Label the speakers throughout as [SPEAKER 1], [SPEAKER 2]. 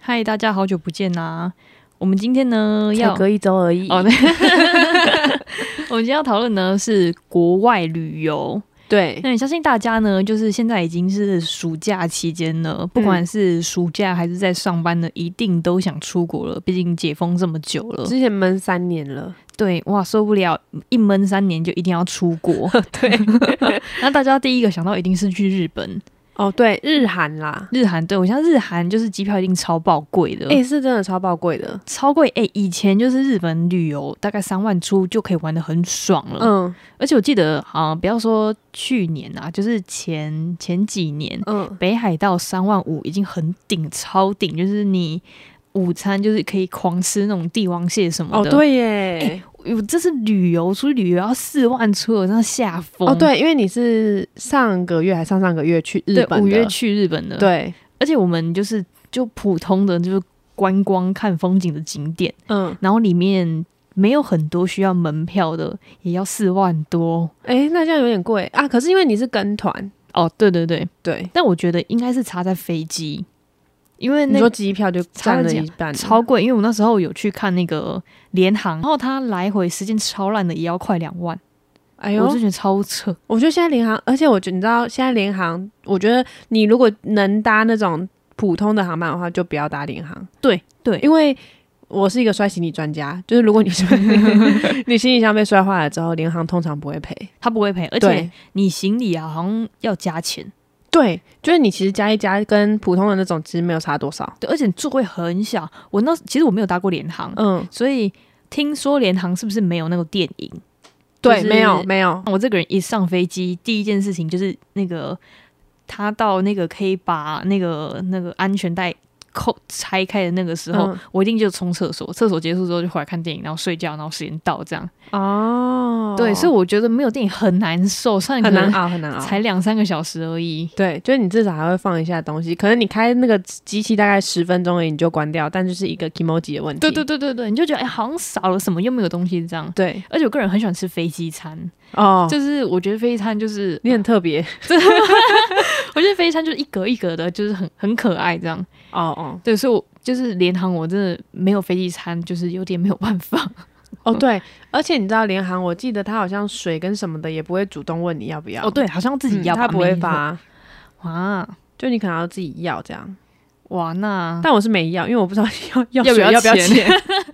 [SPEAKER 1] 嗨，大家好久不见呐！我们今天呢
[SPEAKER 2] 才
[SPEAKER 1] 要
[SPEAKER 2] 隔一周而已。
[SPEAKER 1] 哦，对， 我们今天要讨论呢是国外旅游。
[SPEAKER 2] 对，
[SPEAKER 1] 那也相信大家呢，就是现在已经是暑假期间了，不管是暑假还是在上班呢，一定都想出国了。毕竟解封这么久了，
[SPEAKER 2] 之前闷三年 了，
[SPEAKER 1] 对，哇，受不了，一闷三年就一定要出国。
[SPEAKER 2] 对，
[SPEAKER 1] 那大家第一个想到一定是去日本、
[SPEAKER 2] 哦，对，日韩啦，
[SPEAKER 1] 日韩。对我像日韩，就是机票一定超爆贵的，
[SPEAKER 2] 哎、是真的超宝贵的。
[SPEAKER 1] 超贵哎、以前就是日本旅游，大概三万出就可以玩的很爽了。
[SPEAKER 2] 嗯
[SPEAKER 1] 而且我记得，好、像不要说去年啊，就是前前几年，
[SPEAKER 2] 嗯，
[SPEAKER 1] 北海道三万五已经很顶，超顶，就是你午餐就是可以狂吃那种帝王蟹什么
[SPEAKER 2] 哦，
[SPEAKER 1] 的。
[SPEAKER 2] 对耶，
[SPEAKER 1] 对，我这是旅游，出去旅游要四万出，我真的吓疯。
[SPEAKER 2] 哦，对，因为你是上个月还上上个月去日
[SPEAKER 1] 对，
[SPEAKER 2] 本的，
[SPEAKER 1] 五月去日本的，，
[SPEAKER 2] 对，
[SPEAKER 1] 而且我们就是就普通的就是观光看风景的景点。
[SPEAKER 2] 嗯，
[SPEAKER 1] 然后里面没有很多需要门票的，也要四万多
[SPEAKER 2] 哎、那这样有点贵啊。可是因为你是跟团，
[SPEAKER 1] 哦。对对对，
[SPEAKER 2] 对，
[SPEAKER 1] 但我觉得应该是差在飞机，因为
[SPEAKER 2] 你
[SPEAKER 1] 那
[SPEAKER 2] 说机票就占了一半，
[SPEAKER 1] 超贵。因为我那时候有去看那个联航，然后它来回时间超烂的，也要快两万，
[SPEAKER 2] 哎呦
[SPEAKER 1] 我，就觉得超扯。
[SPEAKER 2] 我觉得现在联航，而且我觉得你知道，现在联航，我觉得你如果能搭那种普通的航班的话，就不要搭联航。
[SPEAKER 1] 对对
[SPEAKER 2] 因为我是一个摔行李专家，就是如果你是 你行李箱被摔坏了之后，联航通常不会赔。
[SPEAKER 1] 他不会赔，而且
[SPEAKER 2] 对
[SPEAKER 1] 你行李啊好像要加钱，
[SPEAKER 2] 对，就是你其实加一加，跟普通的那种其实没有差多少。
[SPEAKER 1] 对，而且座位很小。我那其实我没有搭过联航，
[SPEAKER 2] 嗯，
[SPEAKER 1] 所以听说联航是不是没有那个电影？
[SPEAKER 2] 对，
[SPEAKER 1] 就是
[SPEAKER 2] 没有没有，
[SPEAKER 1] 我这个人一上飞机，第一件事情就是那个他到那个可以把那个那个安全带扣拆开的那个时候，
[SPEAKER 2] 嗯
[SPEAKER 1] 我一定就冲厕所，厕所结束之后就回来看电影，然后睡觉，然后时间到这样。
[SPEAKER 2] 哦，
[SPEAKER 1] 对，所以我觉得没有电影很难受，算
[SPEAKER 2] 很难，熬，很难熬。
[SPEAKER 1] 才两三个小时而已。
[SPEAKER 2] 对，就是你至少还会放一下东西，可能你开那个机器大概十分钟而已，你就关掉，但就是一个 emoji 的问题。
[SPEAKER 1] 对对对对对，你就觉得哎、好像少了什么，又没有东西这样。
[SPEAKER 2] 对，
[SPEAKER 1] 而且我个人很喜欢吃飞机餐，
[SPEAKER 2] 哦，
[SPEAKER 1] 就是我觉得飞机餐就是，
[SPEAKER 2] 你很特别
[SPEAKER 1] 我觉得飞机餐就是一格一格的，就是很很可爱这样。
[SPEAKER 2] 哦哦
[SPEAKER 1] 对，所以我就是联航，我真的没有飞机餐，就是有点没有办法。
[SPEAKER 2] 哦，对，而且你知道联航，我记得他好像水跟什么的也不会主动问你要不 要，
[SPEAKER 1] 哦，对，好像自
[SPEAKER 2] 嗯，
[SPEAKER 1] 己要吧、
[SPEAKER 2] 他不会
[SPEAKER 1] 没错。
[SPEAKER 2] 发，
[SPEAKER 1] 哇
[SPEAKER 2] 就你可能要自己要这样。
[SPEAKER 1] 哇，那
[SPEAKER 2] 但我是没要，因为我不知道要
[SPEAKER 1] 要
[SPEAKER 2] 要
[SPEAKER 1] 不要
[SPEAKER 2] 水要不要
[SPEAKER 1] 钱
[SPEAKER 2] 钱，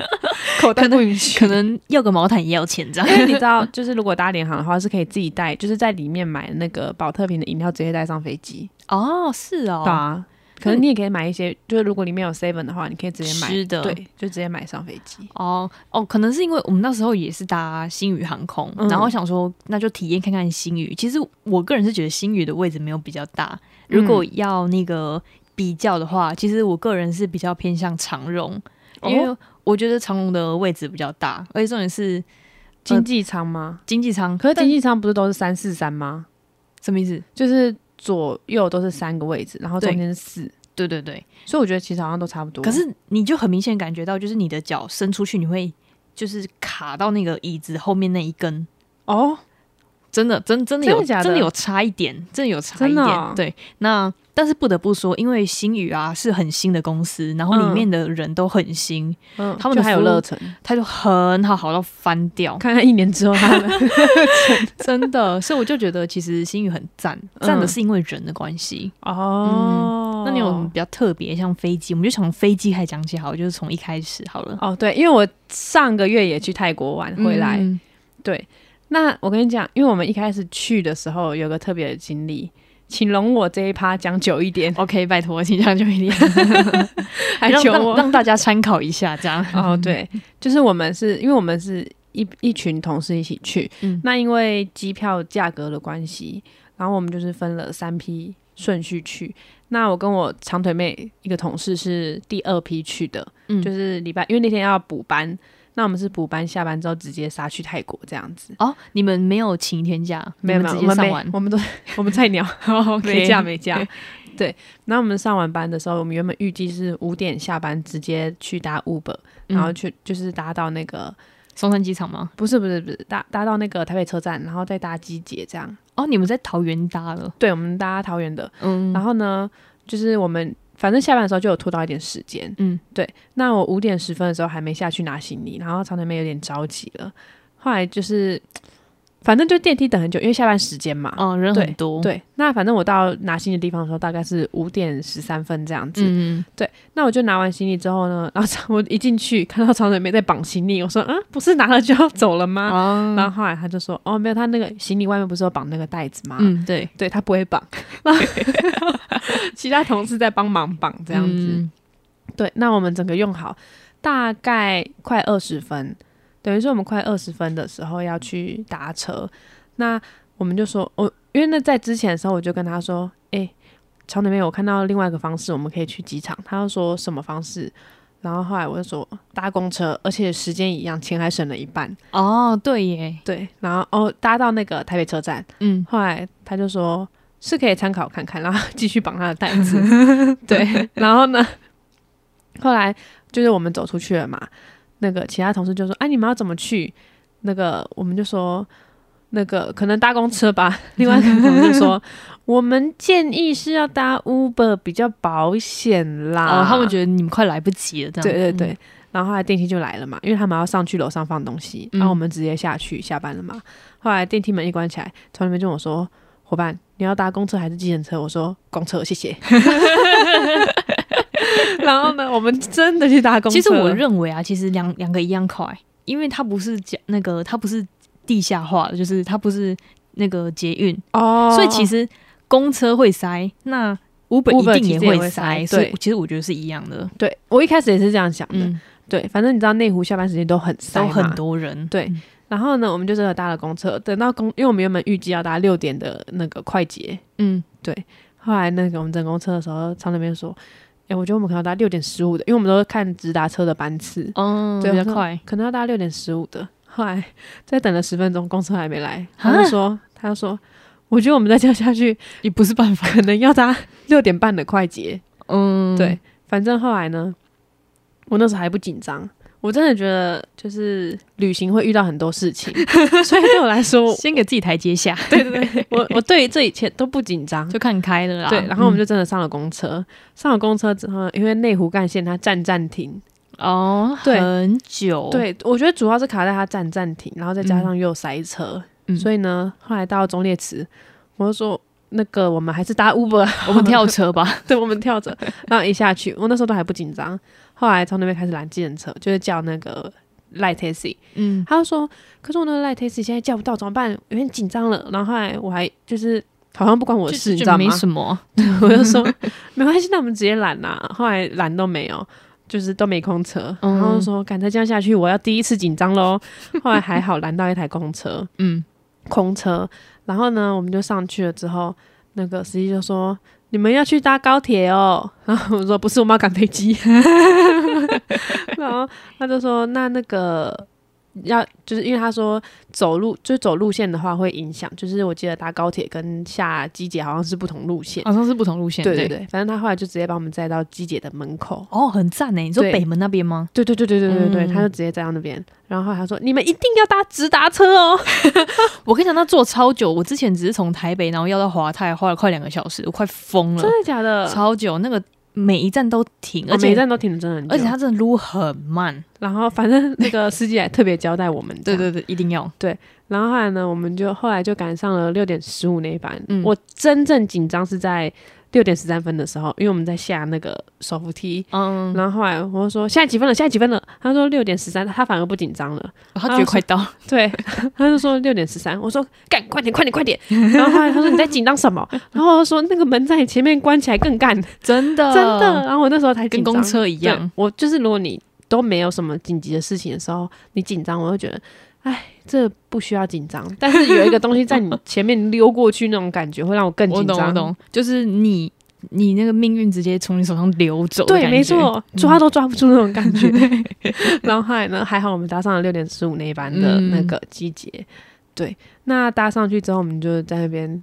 [SPEAKER 2] 口袋不允许。
[SPEAKER 1] 可能要个毛毯也要钱这样。
[SPEAKER 2] 因为你知道，就是如果搭联航的话，是可以自己带，就是在里面买那个保特瓶的饮料，直接带上飞机。
[SPEAKER 1] 哦，是哦
[SPEAKER 2] 对，啊，可是你也可以买一些，就是如果里面有 seven 的话，你可以直接买
[SPEAKER 1] 吃的
[SPEAKER 2] 对，就直接买上飞机。
[SPEAKER 1] 哦哦，可能是因为我们那时候也是搭星宇航空，
[SPEAKER 2] 嗯
[SPEAKER 1] 然后想说那就体验看看星宇。其实我个人是觉得星宇的位置没有比较大，如果要那个比较的话，其实我个人是比较偏向长荣，因为我觉得长荣的位置比较大，而且重点是
[SPEAKER 2] 经济舱吗？
[SPEAKER 1] 经济舱。
[SPEAKER 2] 可是
[SPEAKER 1] 但
[SPEAKER 2] 经济舱不是都是三四三吗？
[SPEAKER 1] 什么意思？
[SPEAKER 2] 就是左右都是三个位置，然后中间是四，
[SPEAKER 1] 对对对，
[SPEAKER 2] 所以我觉得其实好像都差不多。
[SPEAKER 1] 可是你就很明显感觉到，就是你的脚伸出去，你会就是卡到那个椅子后面那一根，
[SPEAKER 2] 哦，
[SPEAKER 1] 真的，真真的有
[SPEAKER 2] 真的假的
[SPEAKER 1] 有差一点，真的有啊差一
[SPEAKER 2] 真
[SPEAKER 1] 点。
[SPEAKER 2] 的哦
[SPEAKER 1] 对，那但是不得不说，因为星宇啊是很新的公司，然后里面的人都很新，
[SPEAKER 2] 嗯，
[SPEAKER 1] 他们的
[SPEAKER 2] 就还有
[SPEAKER 1] 服务
[SPEAKER 2] 热忱，
[SPEAKER 1] 他就很好，好到翻 掉，
[SPEAKER 2] 看看一年之后他 们
[SPEAKER 1] 真的。所以我就觉得，其实星宇很赞，赞的是因为人的关系。
[SPEAKER 2] 哦
[SPEAKER 1] 嗯那你有什么比较特别，像飞机，我们就从飞机开始讲起好了，就是从一开始好了。
[SPEAKER 2] 哦，对，因为我上个月也去泰国玩回来，
[SPEAKER 1] 嗯
[SPEAKER 2] 对，那我跟你讲，因为我们一开始去的时候有个特别的经历，请容我这一趴讲久一 点，
[SPEAKER 1] OK，拜托，请讲究一点，
[SPEAKER 2] 还
[SPEAKER 1] 让
[SPEAKER 2] 求
[SPEAKER 1] 让
[SPEAKER 2] 我。
[SPEAKER 1] 让大家参考一下， 这样。
[SPEAKER 2] 哦，对，
[SPEAKER 1] 嗯
[SPEAKER 2] 就是我们是因为我们是一一群同事一起去，
[SPEAKER 1] 嗯
[SPEAKER 2] 那因为机票价格的关系，然后我们就是分了三批顺序去。那我跟我长腿妹一个同事是第二批去的，
[SPEAKER 1] 嗯
[SPEAKER 2] 就是礼拜，因为那天要补班，那我们是补班下班之后直接杀去泰国这样子。
[SPEAKER 1] 哦，你们没有请一天假，
[SPEAKER 2] 没有
[SPEAKER 1] 你们
[SPEAKER 2] 没有，
[SPEAKER 1] 直
[SPEAKER 2] 我
[SPEAKER 1] 接
[SPEAKER 2] 们
[SPEAKER 1] 上
[SPEAKER 2] 没
[SPEAKER 1] 完， 哦
[SPEAKER 2] 我们都我们菜鸟，没假没假
[SPEAKER 1] OK。
[SPEAKER 2] 对，然后我们上完班的时候，我们原本预计是五点下班，直接去搭 Uber，然后
[SPEAKER 1] 嗯
[SPEAKER 2] 去就是搭到那个
[SPEAKER 1] 松山机场吗？
[SPEAKER 2] 不是不是不是，搭搭到那个台北车站，然后再搭机捷这样。
[SPEAKER 1] 哦，你们在桃园搭了，
[SPEAKER 2] 对，我们搭桃园的。
[SPEAKER 1] 嗯，
[SPEAKER 2] 然后呢，就是我们反正下班的时候就有拖到一点时间。
[SPEAKER 1] 嗯，
[SPEAKER 2] 对。那我五点十分的时候还没下去拿行李，然后长腿妹有点着急了。后来就是，反正就电梯等很久，因为下班时间嘛。
[SPEAKER 1] 哦，人很多，，
[SPEAKER 2] 对，那反正我到拿行李的地方的时候，大概是五点十三分这样子。
[SPEAKER 1] 嗯，
[SPEAKER 2] 那我就拿完行李之后呢，然后 我一进去看到长腿妹在绑行李，我说：“嗯，不是拿了就要走了吗？”
[SPEAKER 1] 啊，
[SPEAKER 2] 然后后来他就说：“哦，没有，他那个行李外面不是有绑那个带子吗？
[SPEAKER 1] 嗯，对，
[SPEAKER 2] 啊对他不 会绑， 然后其他同事在帮忙绑这样子。
[SPEAKER 1] 嗯
[SPEAKER 2] 对，那我们整个用好大概快二十分，等于说我们快二十分的时候要去搭车，那我们就说，我、因为那在之前的时候我就跟他说，诶，桥那边我看到另外一个方式，我们可以去机场。他就说什么方式？然后后来我就说搭公车，而且时间一样，钱还省了一半。
[SPEAKER 1] 哦，对耶，
[SPEAKER 2] 对，然后哦搭到那个台北车站，
[SPEAKER 1] 嗯，
[SPEAKER 2] 后来他就说是可以参考看看，然后继续绑他的带子。 对，然后呢，后来就是我们走出去了嘛，那个其他同事就说：“哎、你们要怎么去？”那个我们就说。那个可能搭公车吧， 另外一个同事就说，我们建议是要搭 Uber 比较保险啦。
[SPEAKER 1] 哦，他们觉得你们快来不及了，这样，嗯
[SPEAKER 2] 啊对对对，然后后来电梯就来了嘛，因为他们要上去楼上放东西，然后
[SPEAKER 1] 嗯
[SPEAKER 2] 我们直接下去下班了嘛。后来电梯门一关起来，从那边就问我说：“伙伴，你要搭公车还是计程车？”我说：“公车，谢 谢。”然后呢，我们真的去搭公车。
[SPEAKER 1] 其实我认为啊，其实两两个一样快，因为它不是讲那个，它不是地下化的，就是它不是那个捷运，
[SPEAKER 2] 哦，
[SPEAKER 1] 所以其
[SPEAKER 2] 实
[SPEAKER 1] 实公车会塞，那
[SPEAKER 2] Uber
[SPEAKER 1] Uber 一
[SPEAKER 2] 其
[SPEAKER 1] 定
[SPEAKER 2] 实也
[SPEAKER 1] 会
[SPEAKER 2] 会塞
[SPEAKER 1] 所以
[SPEAKER 2] 对
[SPEAKER 1] 其实我觉得是一样的，
[SPEAKER 2] 对我一开始也是这样想的。
[SPEAKER 1] 嗯，
[SPEAKER 2] 对，反正你知道内湖下班时间都很塞
[SPEAKER 1] 都
[SPEAKER 2] 嘛，
[SPEAKER 1] 很多人，
[SPEAKER 2] 对
[SPEAKER 1] 嗯
[SPEAKER 2] 然后呢，我们就真的搭了公车，等到公，因为我们原本预计要搭六点的那个快捷，
[SPEAKER 1] 嗯，
[SPEAKER 2] 后来那个我们整公车的时候，常那边说，哎、我觉得我们可能要搭六点十五的，因为我们都看直达车的班次，
[SPEAKER 1] 哦，
[SPEAKER 2] 对
[SPEAKER 1] 比较
[SPEAKER 2] 我说
[SPEAKER 1] 快，
[SPEAKER 2] 可能要搭六点十五的。后来 再等了十分钟，公车还没来，
[SPEAKER 1] 啊
[SPEAKER 2] 他就说，他就说，我觉得我们再这样下去
[SPEAKER 1] 也不是办法，
[SPEAKER 2] 可能要搭 六点半的快捷。
[SPEAKER 1] 嗯，
[SPEAKER 2] 对，反正后来呢，我那时候还不紧张。我真的觉得，就是旅行会遇到很多 事情，所以对我来说，
[SPEAKER 1] 先给自己台阶下，
[SPEAKER 2] 对对对，我我对这一切都不紧张，
[SPEAKER 1] 就看开了啦，
[SPEAKER 2] 对，然后我们
[SPEAKER 1] 就
[SPEAKER 2] 就真的上了公车，上了公车之后，因为内湖干线它站站停，
[SPEAKER 1] 哦，
[SPEAKER 2] 对
[SPEAKER 1] 很久，，
[SPEAKER 2] 对我觉得主要是卡在它站站停，然后再加上又塞车，
[SPEAKER 1] 嗯
[SPEAKER 2] 所以呢，后来到中烈池，我就说那个我们还是搭 Uber，
[SPEAKER 1] 我们跳车 吧，
[SPEAKER 2] 对，我们跳着，然后一下去，我那时候都还不紧张，后来从那边开始拦计程车，就是叫那个。赖 taxi，
[SPEAKER 1] 嗯，
[SPEAKER 2] 他就说：“可是我那个赖 taxi 现在叫不到，怎么办？有点紧张了。”然后后来我还就是好像不关我的
[SPEAKER 1] 就
[SPEAKER 2] 事，你
[SPEAKER 1] 就
[SPEAKER 2] 知道吗？
[SPEAKER 1] 没什么，
[SPEAKER 2] 我就说没关系，那我们直接拦啦、后来拦都没有，就是都没空车，
[SPEAKER 1] 嗯
[SPEAKER 2] 然后说赶再这样下去，我要第一次紧张喽。后来还好拦到一台公车，
[SPEAKER 1] 嗯，
[SPEAKER 2] 空车。然后呢，我们就上去了之后，那个司机就说。你们要去搭高铁哦，然后我说不是，我们要赶飞机。 然后他就说那那个要就是因为他说走路就是走路线的话会影响，就是我记得搭高铁跟下机捷好像是不同路线，
[SPEAKER 1] 好像是不同路线，
[SPEAKER 2] 对对对，反正他后来就直接把我们载到机姐的门口。
[SPEAKER 1] 哦，很赞哎！你说
[SPEAKER 2] 对
[SPEAKER 1] 北门那边吗？
[SPEAKER 2] 对对对对对对对，
[SPEAKER 1] 嗯
[SPEAKER 2] 他就直接载到那边。然后他说：“你们一定要搭直达车 哦。
[SPEAKER 1] 我跟你讲，那坐超久。我之前只是从台北，然后要到华泰，花了快两个小时，我快疯”了
[SPEAKER 2] 真，的假的？哦
[SPEAKER 1] 超久。那个每一站都停，而
[SPEAKER 2] 我每一
[SPEAKER 1] 且
[SPEAKER 2] 站都停了真的很久。
[SPEAKER 1] 而且他真的撸很慢。
[SPEAKER 2] 然后反正那个司机还特别交代我们。这样。
[SPEAKER 1] 对，一定要。
[SPEAKER 2] 然后后来呢，我们就后来就赶上了六点十五那一班。
[SPEAKER 1] 嗯
[SPEAKER 2] 我真正紧张是在六点十三分的时候，因为我们在下那个手扶梯。
[SPEAKER 1] 嗯，
[SPEAKER 2] 然后后来我就说现在几分了，现在几分了？他说六点十三，他反而不紧张了。
[SPEAKER 1] 他觉得快到，
[SPEAKER 2] 对，他就说六点十三，我说干，快点，快点，快点。然后后来他说你在紧张 什么？然后我说那个门在你前面关起来更干，
[SPEAKER 1] 真
[SPEAKER 2] 真
[SPEAKER 1] 的
[SPEAKER 2] 的。然后我那时候才
[SPEAKER 1] 呃跟
[SPEAKER 2] 紧张
[SPEAKER 1] 公车一
[SPEAKER 2] 一
[SPEAKER 1] 样。
[SPEAKER 2] 我就是如果你都没有什么紧急的事情的时候，你紧张，我就觉得，哎，这不需要紧张。但是有一个东西在你前面溜过去，那种感觉会让我更
[SPEAKER 1] 我
[SPEAKER 2] 紧
[SPEAKER 1] 懂，
[SPEAKER 2] 张。
[SPEAKER 1] 我懂，就是你你那个命运直接从你手上流走。
[SPEAKER 2] 对，没。错，
[SPEAKER 1] 嗯
[SPEAKER 2] 抓都抓不住那种感 觉。 然后后来呢，还好我们搭上了六点十五那一班的
[SPEAKER 1] 嗯
[SPEAKER 2] 那个机节。对，那搭上去之后，我们就在那边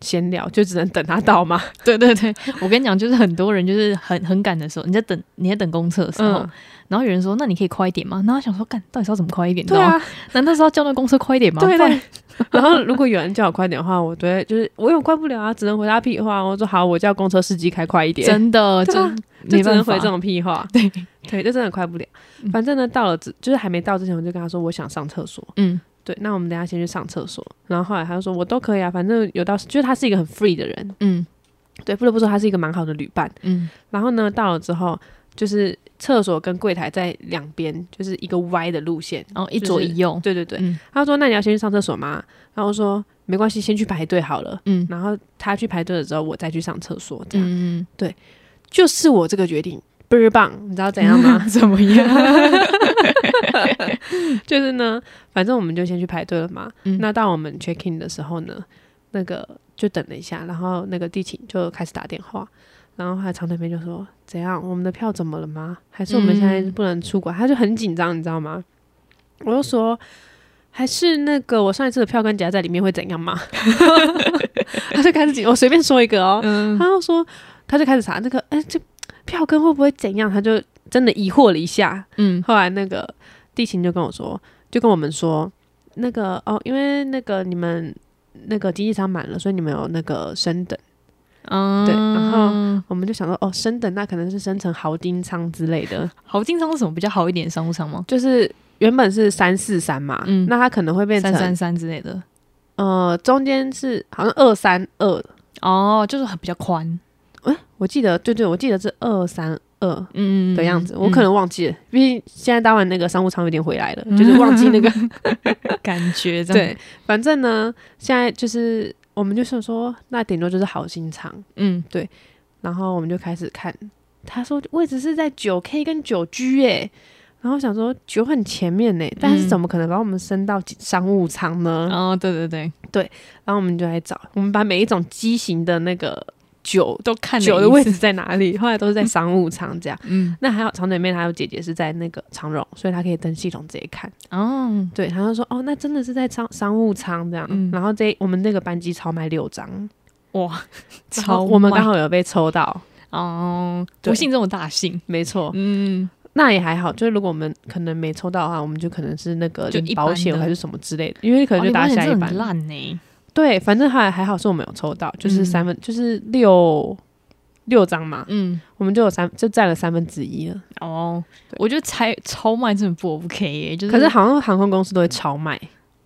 [SPEAKER 2] 闲聊，就只能等他到 嘛。
[SPEAKER 1] 对对对，我跟你讲，就是很多人就是很很赶的时候，你在等你在等公车的时候，
[SPEAKER 2] 嗯，
[SPEAKER 1] 然后有人说：“那你可以快一点吗？”然后想说：“干，到底是要怎么快一点？”你知
[SPEAKER 2] 对
[SPEAKER 1] 道吗
[SPEAKER 2] 啊，
[SPEAKER 1] 难道是要叫那公车快一点吗？
[SPEAKER 2] 对
[SPEAKER 1] 不然
[SPEAKER 2] 对， 然后如果有人叫我快点的话，我都会就是我有快不了啊，只能回答屁话。我说好，我叫公车司机开快一点，
[SPEAKER 1] 真的，
[SPEAKER 2] 对啊
[SPEAKER 1] 真
[SPEAKER 2] 就
[SPEAKER 1] 没
[SPEAKER 2] 只能
[SPEAKER 1] 办
[SPEAKER 2] 回
[SPEAKER 1] 法
[SPEAKER 2] 这。种屁话。
[SPEAKER 1] 对，嗯
[SPEAKER 2] 对，这真的快不了。反正呢，到了之就是还没到之前，我就跟他说我想上厕所。
[SPEAKER 1] 嗯，
[SPEAKER 2] 对，那我们等一下先去上厕所。然后后来他就说我都可以啊，反正有到就是他是一个很 free 的人。
[SPEAKER 1] 嗯
[SPEAKER 2] 对，不得不说他是一个蛮好的旅伴。
[SPEAKER 1] 嗯
[SPEAKER 2] 然后呢，到了之后就是厕所跟柜台在两边，就是一个歪的路线。
[SPEAKER 1] 然后一
[SPEAKER 2] 就
[SPEAKER 1] 左
[SPEAKER 2] 是
[SPEAKER 1] 一右，
[SPEAKER 2] 对对对，
[SPEAKER 1] 嗯
[SPEAKER 2] 他说那你要先去上厕所吗？然后我说没关系，先去排队好了。
[SPEAKER 1] 嗯
[SPEAKER 2] 然后他去排队了之后，我再去上厕所，这样、
[SPEAKER 1] 嗯，
[SPEAKER 2] 就是我这个决定倍儿棒，你知啊道怎样吗？
[SPEAKER 1] 嗯怎么样？
[SPEAKER 2] 就是呢，反正我们就先去排队了嘛。
[SPEAKER 1] 嗯
[SPEAKER 2] 那到我们 check in 的时候呢，那个就等了一下，然后那个地勤就开始打电话，然后他长腿妹就说：“怎样？我们的票怎么了吗？还是我们现在
[SPEAKER 1] 嗯
[SPEAKER 2] 不能出国？”他就很紧张，你知道吗？我就说。还是那个我上一次的票跟夹在里面会怎 样吗？他就开始紧，我随便说一个哦，
[SPEAKER 1] 嗯
[SPEAKER 2] 他就说，他就开始查那个，哎、这票根会不会怎样？他就真的疑惑了一下。
[SPEAKER 1] 嗯
[SPEAKER 2] 后来那个地勤就跟我说，就跟我们说，那个哦，因为那个你们那个经济舱满了，所以你们有那个升等。
[SPEAKER 1] 嗯，
[SPEAKER 2] 对然后我们就想说，哦，升等那可能是升成豪金舱之类的，
[SPEAKER 1] 豪金仓是什么比较好一点的商务舱吗？
[SPEAKER 2] 就是原本是三四三嘛，
[SPEAKER 1] 嗯
[SPEAKER 2] 那它可能会变成
[SPEAKER 1] 三三三之类的。
[SPEAKER 2] 呃中间是好像二三二，
[SPEAKER 1] 哦，就是很比较宽，
[SPEAKER 2] 我记得对对，我记得是二三二，
[SPEAKER 1] 嗯
[SPEAKER 2] 的样子，
[SPEAKER 1] 嗯嗯
[SPEAKER 2] 我可能忘记了，毕竟现在搭完那个商务舱有点回来了，就是忘记那个。
[SPEAKER 1] 感觉这样。
[SPEAKER 2] 对，反正呢，现在就是我们就想说，那顶多就是好心肠，
[SPEAKER 1] 嗯，
[SPEAKER 2] 然后我们就开始看。他说位置是在九 K 跟九 G 哎、然后想说九很前面呢、但是怎么可能把我们升到商务舱呢？
[SPEAKER 1] 哦，对对对，
[SPEAKER 2] 然后我们就来找，我们把每一种机型的那个九
[SPEAKER 1] 都看了
[SPEAKER 2] 九的
[SPEAKER 1] 一
[SPEAKER 2] 位
[SPEAKER 1] 次
[SPEAKER 2] 置，在哪里，后来都是在商务舱这样。
[SPEAKER 1] 嗯，
[SPEAKER 2] 那还有长腿妹，还有姐姐是在那个长荣，所以她可以登系统直接看。
[SPEAKER 1] 哦，
[SPEAKER 2] 对，他就说哦，那真的是在商商务舱这样。
[SPEAKER 1] 嗯
[SPEAKER 2] 然后这我们那个班机超卖六张，
[SPEAKER 1] 哇，
[SPEAKER 2] 然后
[SPEAKER 1] 哦 超
[SPEAKER 2] 我们
[SPEAKER 1] 慢
[SPEAKER 2] 刚好有被抽到，
[SPEAKER 1] 哦，
[SPEAKER 2] 对
[SPEAKER 1] 不幸中的大幸，
[SPEAKER 2] 没错。
[SPEAKER 1] 嗯，
[SPEAKER 2] 那也还好，就是如果我们可能没抽到的话，我们就可能是那个
[SPEAKER 1] 就
[SPEAKER 2] 领
[SPEAKER 1] 一般
[SPEAKER 2] 保险
[SPEAKER 1] 的
[SPEAKER 2] 还是什么之类的，因为可能
[SPEAKER 1] 哦
[SPEAKER 2] 就
[SPEAKER 1] 你
[SPEAKER 2] 打
[SPEAKER 1] 发现
[SPEAKER 2] 下一
[SPEAKER 1] 真的
[SPEAKER 2] 班。
[SPEAKER 1] 很烂呢，
[SPEAKER 2] 对，反正还还好是我们有抽到，就是
[SPEAKER 1] 嗯
[SPEAKER 2] 三分，就是六六张嘛，
[SPEAKER 1] 嗯，
[SPEAKER 2] 我们就有三就占了三分之一了。
[SPEAKER 1] 哦
[SPEAKER 2] 对，
[SPEAKER 1] 我觉得超超慢真的不 OK 耶，就是
[SPEAKER 2] 可是好像航空公司都会超卖，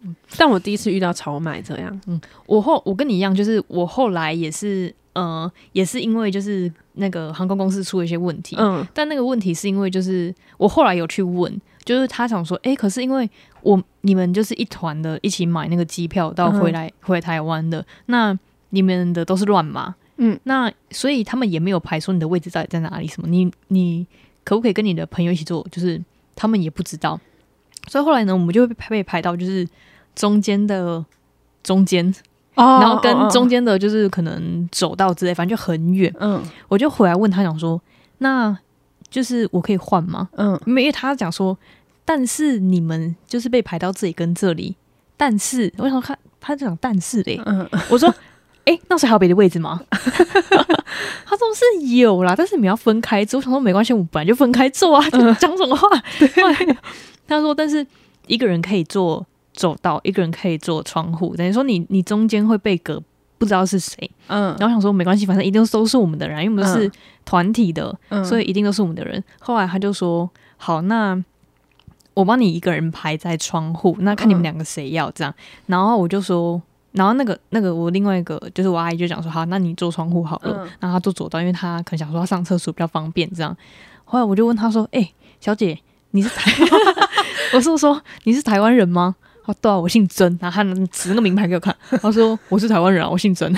[SPEAKER 1] 嗯
[SPEAKER 2] 但我第一次遇到超卖这样。
[SPEAKER 1] 我后我跟你一样，就是我后来也是，呃，也是因为就是那个航空公司出了一些问题，
[SPEAKER 2] 嗯
[SPEAKER 1] 但那个问题是因为就是我后来有去问，就是他想说，诶，可是因为我你们就是一团的，一起买那个机票到
[SPEAKER 2] 嗯哼
[SPEAKER 1] 回来、回台湾的，那你们的都是乱码，
[SPEAKER 2] 嗯，
[SPEAKER 1] 那所以他们也没有排说你的位置到底在哪里什么，你你可不可以跟你的朋友一起坐？就是他们也不知道，所以后来呢，我们就被排被排到就是中间的中间，
[SPEAKER 2] 哦
[SPEAKER 1] 然后跟中间的就是可能走道之类，反正就很远。
[SPEAKER 2] 嗯
[SPEAKER 1] 我就回来问他讲说，那就是我可以换吗？
[SPEAKER 2] 嗯
[SPEAKER 1] 因为他讲说，但是你们就是被排到这里跟这里，但是我想看他就讲但是嘞，
[SPEAKER 2] 嗯，
[SPEAKER 1] 我说。哎、那时候还有别的位置吗？ 他说是有啦，但是你们要分开坐。我想说没关系，我们本来就分开坐啊，就讲什么话？后来他说，但是一个人可以坐走道，一个人可以坐窗户，等于说你你中间会被隔，不知道是谁。
[SPEAKER 2] 嗯
[SPEAKER 1] 然后想说没关系，反正一定都是我们的人啊，因为我们都是团体的，
[SPEAKER 2] 嗯
[SPEAKER 1] 所以一定都是我们的人。后来他就说，好，那我帮你一个人排在窗户，那看你们
[SPEAKER 2] 嗯
[SPEAKER 1] 两个谁要这样。然后我就说，然后那个那个我另外一个就是我阿姨就讲说，好，那你坐窗户好了。
[SPEAKER 2] 嗯
[SPEAKER 1] 然后他坐左道，因为他可能想说他上厕所比较方便这样。后来我就问他说，哎、小姐，你是 台，我是说你是台湾人吗？他说对啊，我姓曾。然后他指那个名牌给我看，他说我是台湾人啊，我姓 曾。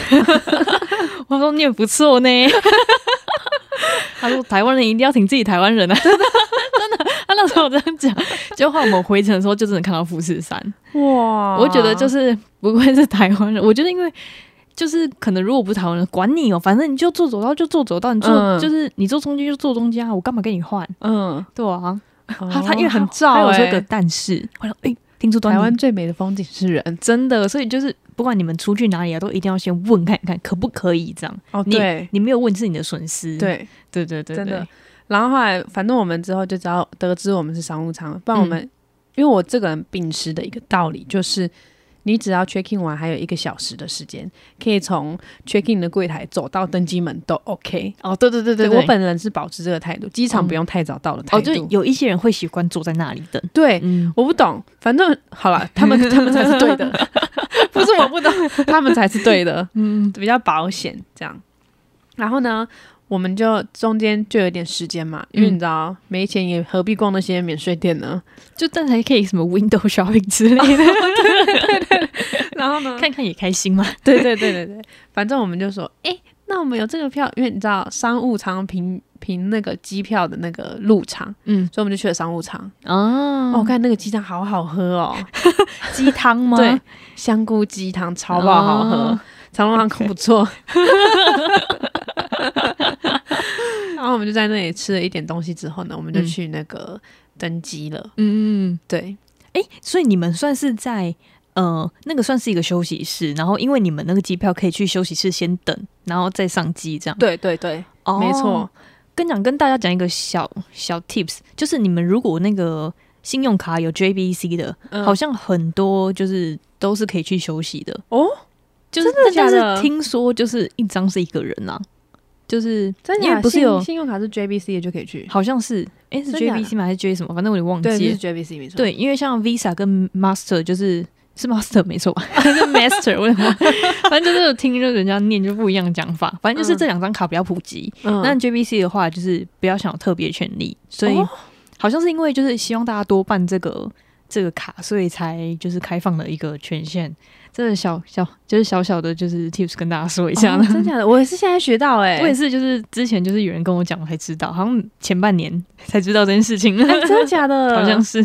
[SPEAKER 1] 我说你也不错呢。 他说台湾人一定要挺自己台湾人啊，真的，他那时候这样讲。结果后来我们回程的时候，就真的看到富士山。
[SPEAKER 2] 哇
[SPEAKER 1] 我觉得就是不愧是台湾人，我觉得因为。就是可能，如果不是台湾人，管你哦、反正你就坐走道就坐走道，你坐、
[SPEAKER 2] 嗯
[SPEAKER 1] 就是你坐中间就坐中间啊，我干嘛跟你换？
[SPEAKER 2] 嗯，
[SPEAKER 1] 对啊，
[SPEAKER 2] 他
[SPEAKER 1] 他哦他因为很
[SPEAKER 2] 照
[SPEAKER 1] 我
[SPEAKER 2] 哎、
[SPEAKER 1] 说个但是，我想哎，听出端
[SPEAKER 2] 台湾
[SPEAKER 1] 倪
[SPEAKER 2] 最美的风景是人
[SPEAKER 1] 真的，所以就是不管你们出去哪里啊，都一定要先问看看可不可以这样。
[SPEAKER 2] 哦
[SPEAKER 1] 你你没有问是你的损失。
[SPEAKER 2] 对，
[SPEAKER 1] 对对对，哦
[SPEAKER 2] 真的
[SPEAKER 1] 对。
[SPEAKER 2] 然后后来反正我们之后就知道
[SPEAKER 1] 嗯
[SPEAKER 2] 得知我们是商务舱，不然我们、因为我这个人秉持的一个道理就是，你只要 check in 完还有一个小时的时间，可以从 check in 的柜台走到登机门都 OK。
[SPEAKER 1] 哦，对对对对，
[SPEAKER 2] 我本人是保持这个态度，机场不用太早到的态
[SPEAKER 1] 哦，
[SPEAKER 2] 度。
[SPEAKER 1] 就有一些人会喜欢坐在那里等。
[SPEAKER 2] 对，
[SPEAKER 1] 嗯，
[SPEAKER 2] 我不懂，反正好了，他们他们才是 对的，不是我不懂，他们才是对的，嗯，比较保险这样。然后呢，我们就中间就有点时间嘛，因为你知道没钱也何必逛那些免税店呢？
[SPEAKER 1] 就但还可以什么 window shopping 之类的，
[SPEAKER 2] 然后呢，
[SPEAKER 1] 看看也开心嘛。
[SPEAKER 2] 对对对对对，反正我们就说，诶，那我们有这个票，因为你知道商务舱凭凭那个机票的那个入场，
[SPEAKER 1] 嗯
[SPEAKER 2] 所以我们就去了商务舱。
[SPEAKER 1] 啊，
[SPEAKER 2] 哦，我看那个鸡汤好好喝哦，
[SPEAKER 1] 鸡汤吗
[SPEAKER 2] 对，香菇鸡汤超爆好喝，
[SPEAKER 1] 哦
[SPEAKER 2] 长隆航空不错。然后我们就在那里吃了一点东西之后呢，我们就
[SPEAKER 1] 嗯
[SPEAKER 2] 去那个登机了。
[SPEAKER 1] 嗯，
[SPEAKER 2] 对，
[SPEAKER 1] 哎、所以你们算是在呃那个算是一个休息室，然后因为你们那个机票可以去休息室先等，然后再上机这样。
[SPEAKER 2] 对对对，
[SPEAKER 1] 哦
[SPEAKER 2] 没错。。
[SPEAKER 1] 跟讲跟大家讲一个小小 tips，就是你们如果那个信用卡有 JBC 的，
[SPEAKER 2] 嗯
[SPEAKER 1] 好像很多就是都是可以去休息的。
[SPEAKER 2] 哦，
[SPEAKER 1] 就是
[SPEAKER 2] 真的假
[SPEAKER 1] 但
[SPEAKER 2] 的
[SPEAKER 1] 是听说就是一张是一个人啊，就是
[SPEAKER 2] 真的
[SPEAKER 1] 因
[SPEAKER 2] 假
[SPEAKER 1] 为
[SPEAKER 2] 的
[SPEAKER 1] 不是
[SPEAKER 2] 信
[SPEAKER 1] 有
[SPEAKER 2] 信用卡是 JBC 的就可以去，
[SPEAKER 1] 好像是哎、是
[SPEAKER 2] 真假的
[SPEAKER 1] JBC 吗还是 J 什么，反正我有点忘
[SPEAKER 2] 对，
[SPEAKER 1] 记
[SPEAKER 2] 是
[SPEAKER 1] 了。
[SPEAKER 2] JBC 没错。
[SPEAKER 1] 对，因为像 Visa 跟 Master 就是是 Master 没错吧， 还是 Master 为什么？反正就是有听就人家念就不一样的讲法，反正就是这两张卡比较普及。
[SPEAKER 2] 嗯，
[SPEAKER 1] 那 JBC 的话就是不要想有特别权利，所以
[SPEAKER 2] 哦
[SPEAKER 1] 好像是因为就是希望大家多办这个这个卡，所以才就是开放了一个权限。真的小小就是小小的就是 tips 跟大家说一下
[SPEAKER 2] 哦
[SPEAKER 1] 呢。
[SPEAKER 2] 真假的，我也是现在学到哎、
[SPEAKER 1] 我也是，就是之前就是有人跟我讲，我才知道，好像前半年才知道这件事 情，
[SPEAKER 2] 哎真的假的，
[SPEAKER 1] 好像是。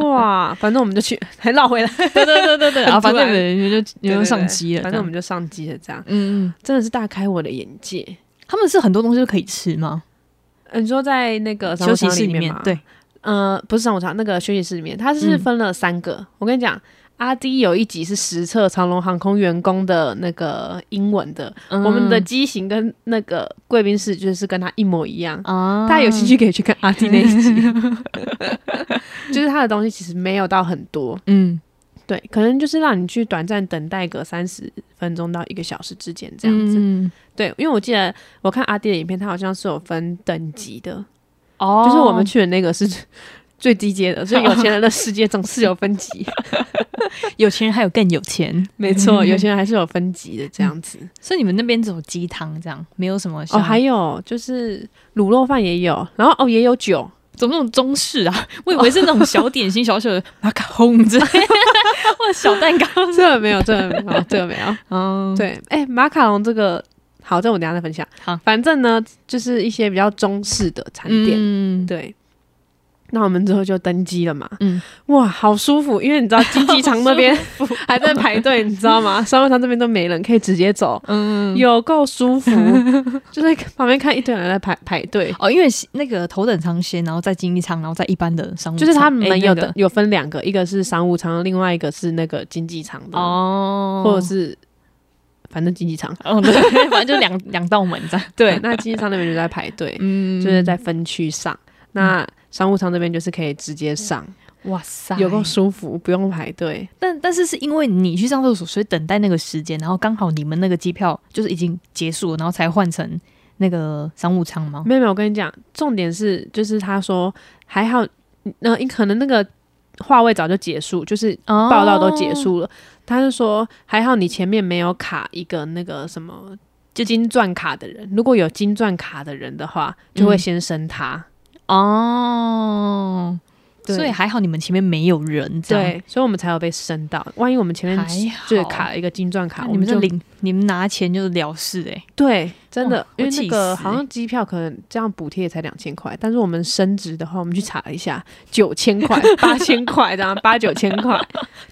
[SPEAKER 2] 哇，反正我们就去，还绕回来，
[SPEAKER 1] 对对对对对，然后反正
[SPEAKER 2] 突然
[SPEAKER 1] 你们就你
[SPEAKER 2] 对
[SPEAKER 1] 们就
[SPEAKER 2] 对
[SPEAKER 1] 上
[SPEAKER 2] 对
[SPEAKER 1] 机了，
[SPEAKER 2] 反
[SPEAKER 1] 这
[SPEAKER 2] 正
[SPEAKER 1] 样
[SPEAKER 2] 我们就上机了，这样
[SPEAKER 1] 嗯嗯，
[SPEAKER 2] 真的是大开我的眼界。
[SPEAKER 1] 他们是很多东西都可以吃吗？
[SPEAKER 2] 呃你说在那个商
[SPEAKER 1] 休
[SPEAKER 2] 务
[SPEAKER 1] 息
[SPEAKER 2] 舱
[SPEAKER 1] 室
[SPEAKER 2] 里
[SPEAKER 1] 里面
[SPEAKER 2] 嘛？，
[SPEAKER 1] 对，
[SPEAKER 2] 呃，不是商务舱，那个休息室里面，它是
[SPEAKER 1] 嗯
[SPEAKER 2] 分了三个。我跟你讲，阿 D 有一集是实测长龙航空员工的那个英文的，我们
[SPEAKER 1] 嗯
[SPEAKER 2] 的机型跟那个贵宾室就是跟他一模一样。
[SPEAKER 1] 啊，
[SPEAKER 2] 大家有兴趣可以去看阿 D 那一 集，就是他的东西其实没有到很多，
[SPEAKER 1] 嗯
[SPEAKER 2] 对，可能就是让你去短暂等待个三十分钟到一个小时之间
[SPEAKER 1] 这
[SPEAKER 2] 这样
[SPEAKER 1] 样
[SPEAKER 2] 子。
[SPEAKER 1] 子
[SPEAKER 2] 对，因为我记得我看阿弟的影片，他好像是有分等级的，
[SPEAKER 1] 哦
[SPEAKER 2] 就是我们去的那个是 最低阶的，所以有钱人的世界总是有 分级。
[SPEAKER 1] 有钱人还有更有钱，
[SPEAKER 2] 没错，有钱人还是有分级的这样子。
[SPEAKER 1] 所以你们那边只有鸡汤这样，没有什么
[SPEAKER 2] 哦，
[SPEAKER 1] 像
[SPEAKER 2] 还有就是卤肉饭也有，然后哦也有 酒，
[SPEAKER 1] 怎么那种中式啊？ 我以为是那种小点心、小小的马卡龙 之类的，或者小 蛋糕。
[SPEAKER 2] 这个没有，这个没有，这个没有。
[SPEAKER 1] 嗯，
[SPEAKER 2] 对，哎、马卡龙这个好，这我等一下再分享。
[SPEAKER 1] 好
[SPEAKER 2] 反正呢，就是一些比较中式的餐
[SPEAKER 1] 嗯，
[SPEAKER 2] 店。
[SPEAKER 1] 嗯，
[SPEAKER 2] 对。那我们之后就登机了嘛，
[SPEAKER 1] 嗯
[SPEAKER 2] 嗯，哇，好舒服，因为你知道经济舱那 边还在排队，你知道吗？ 商务舱这边都没人，可以直接走，
[SPEAKER 1] 嗯，
[SPEAKER 2] 有够 舒服，就是旁边看一堆人在排排队，
[SPEAKER 1] 哦，因为那个头等舱先，然后再经济舱，然后再一般的商务舱，
[SPEAKER 2] 就是他们
[SPEAKER 1] 哎
[SPEAKER 2] 有
[SPEAKER 1] 那
[SPEAKER 2] 的、
[SPEAKER 1] 个
[SPEAKER 2] 有分两个，一个是商务舱，另外一个是那个经济舱的，
[SPEAKER 1] 哦，
[SPEAKER 2] 或者是反正经济舱，
[SPEAKER 1] 哦，对， 反正就两两道门这样。
[SPEAKER 2] 嗯对， 那经济舱那边就在排队，
[SPEAKER 1] 嗯
[SPEAKER 2] 就是在分区上，那商务舱这边就是可以直接上，
[SPEAKER 1] 嗯哇塞，
[SPEAKER 2] 有够舒服，不用排队。
[SPEAKER 1] 但但是是因为你去上厕所，所以等待那个时间，然后刚好你们那个机票就是已经结束了，然后才换成那个商务舱吗？
[SPEAKER 2] 没有没有，我跟你讲，重点是就是他说还好，那、呃、可能那个话位早就结束，就是
[SPEAKER 1] 哦
[SPEAKER 2] 报道都结，束了。他就说还好你前面没有卡一个那个什么。就金钻卡的人，如果有金钻卡的人的话，就会先升他。
[SPEAKER 1] 哦，
[SPEAKER 2] 对
[SPEAKER 1] 所以还好你们前面没有人，这样
[SPEAKER 2] 对，所以我们才有被升到。万一我们前面
[SPEAKER 1] 嗯还好
[SPEAKER 2] 就是卡了一个金钻卡，
[SPEAKER 1] 看
[SPEAKER 2] 我
[SPEAKER 1] 你们
[SPEAKER 2] 们
[SPEAKER 1] 这
[SPEAKER 2] 就
[SPEAKER 1] 领你们拿钱就是了事哎、
[SPEAKER 2] 对，真的
[SPEAKER 1] 哇，
[SPEAKER 2] 因
[SPEAKER 1] 我
[SPEAKER 2] 为
[SPEAKER 1] 气
[SPEAKER 2] 那个
[SPEAKER 1] 死
[SPEAKER 2] 好像机票可能这样补贴也才两千块，但是我们升值的话，我们去查了一下，九千 块、八千块这样，八九千块，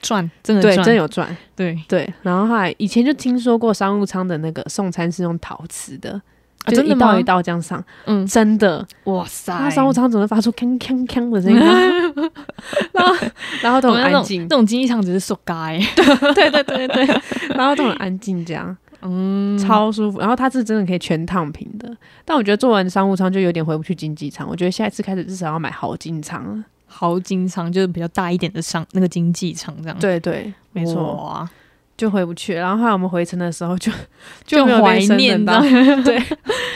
[SPEAKER 1] 赚真的
[SPEAKER 2] 对，
[SPEAKER 1] 赚
[SPEAKER 2] 真有赚。
[SPEAKER 1] 对、
[SPEAKER 2] 对，然后后来以前就听说过商务舱的那个送餐是用陶瓷的，
[SPEAKER 1] 啊
[SPEAKER 2] 就是
[SPEAKER 1] 真
[SPEAKER 2] 一
[SPEAKER 1] 的吗哎
[SPEAKER 2] 道一道这样上，
[SPEAKER 1] 嗯，
[SPEAKER 2] 真的。
[SPEAKER 1] 哇塞，
[SPEAKER 2] 那商务舱总会发出锵锵锵的声音， 然后 然后都
[SPEAKER 1] 我们啊那
[SPEAKER 2] 很
[SPEAKER 1] 种
[SPEAKER 2] 安静
[SPEAKER 1] 那，种经济舱只是说嘎哎，
[SPEAKER 2] 对对对对， 然后都很安静这样。
[SPEAKER 1] 嗯，
[SPEAKER 2] 超舒服。然后它是真的可以全躺平的，但我觉得做完商务舱就有点回不去经济舱。我觉得下一次开始至少要买好经济舱了。
[SPEAKER 1] 豪金仓，就是比较大一点的商那个经济舱这样。，
[SPEAKER 2] 对对，没错，
[SPEAKER 1] 哇，
[SPEAKER 2] 就回不去了。然后后来我们回程的 时候就
[SPEAKER 1] 就
[SPEAKER 2] 没有
[SPEAKER 1] 很怀
[SPEAKER 2] 被升
[SPEAKER 1] 念
[SPEAKER 2] 等
[SPEAKER 1] 的
[SPEAKER 2] 到，， 对，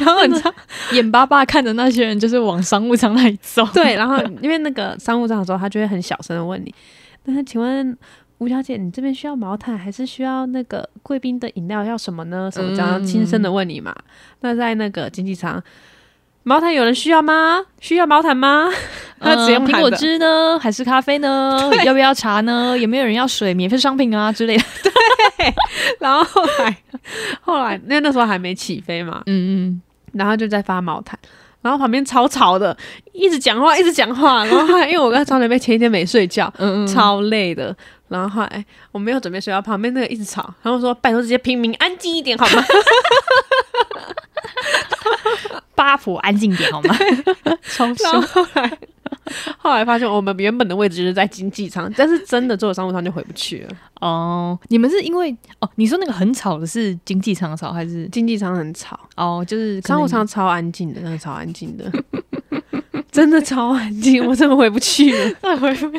[SPEAKER 2] 然 后 你知道，
[SPEAKER 1] 眼巴巴看着那些人就是往商务舱那里走。
[SPEAKER 2] 对，然后因为那个商务舱的时候，他就会很小声的问你，但是请问。吴小姐，你这边需要毛毯还是需要那个贵宾的饮料？要什么呢？什么这样
[SPEAKER 1] 嗯
[SPEAKER 2] 轻声的问你嘛？那在那个经济舱，毛毯有人需要吗？需要毛毯吗？ 他直接
[SPEAKER 1] 嗯
[SPEAKER 2] 喊
[SPEAKER 1] 苹果
[SPEAKER 2] 的
[SPEAKER 1] 汁呢，还是咖啡 呢？要不要茶呢？有没有人要水、免费商品啊之类的？
[SPEAKER 2] 然后后来，后来因为那时候还没起飞嘛，
[SPEAKER 1] 嗯嗯，
[SPEAKER 2] 然后就在发毛毯，然后旁边超吵的，一直讲话，一直讲话。然后后来因为我跟张磊贝前一天没睡觉，
[SPEAKER 1] 嗯
[SPEAKER 2] 超累的。然后后来我没有准备睡觉，旁边那个一直吵，然后说拜托这些平民安静一点好吗？
[SPEAKER 1] 八婆安静点好吗？ 超
[SPEAKER 2] 然后后来后来发现我们原本的位置就是在经济舱，但是真的坐了商务舱就回不去了。
[SPEAKER 1] 哦，你们是因为哦，你说那个很吵的是经济舱吵还是
[SPEAKER 2] 经济舱很吵，
[SPEAKER 1] 哦，就是可能
[SPEAKER 2] 商务舱超安静的，真的超安静的， 真的超安静，我真的回不去 了。
[SPEAKER 1] 再回复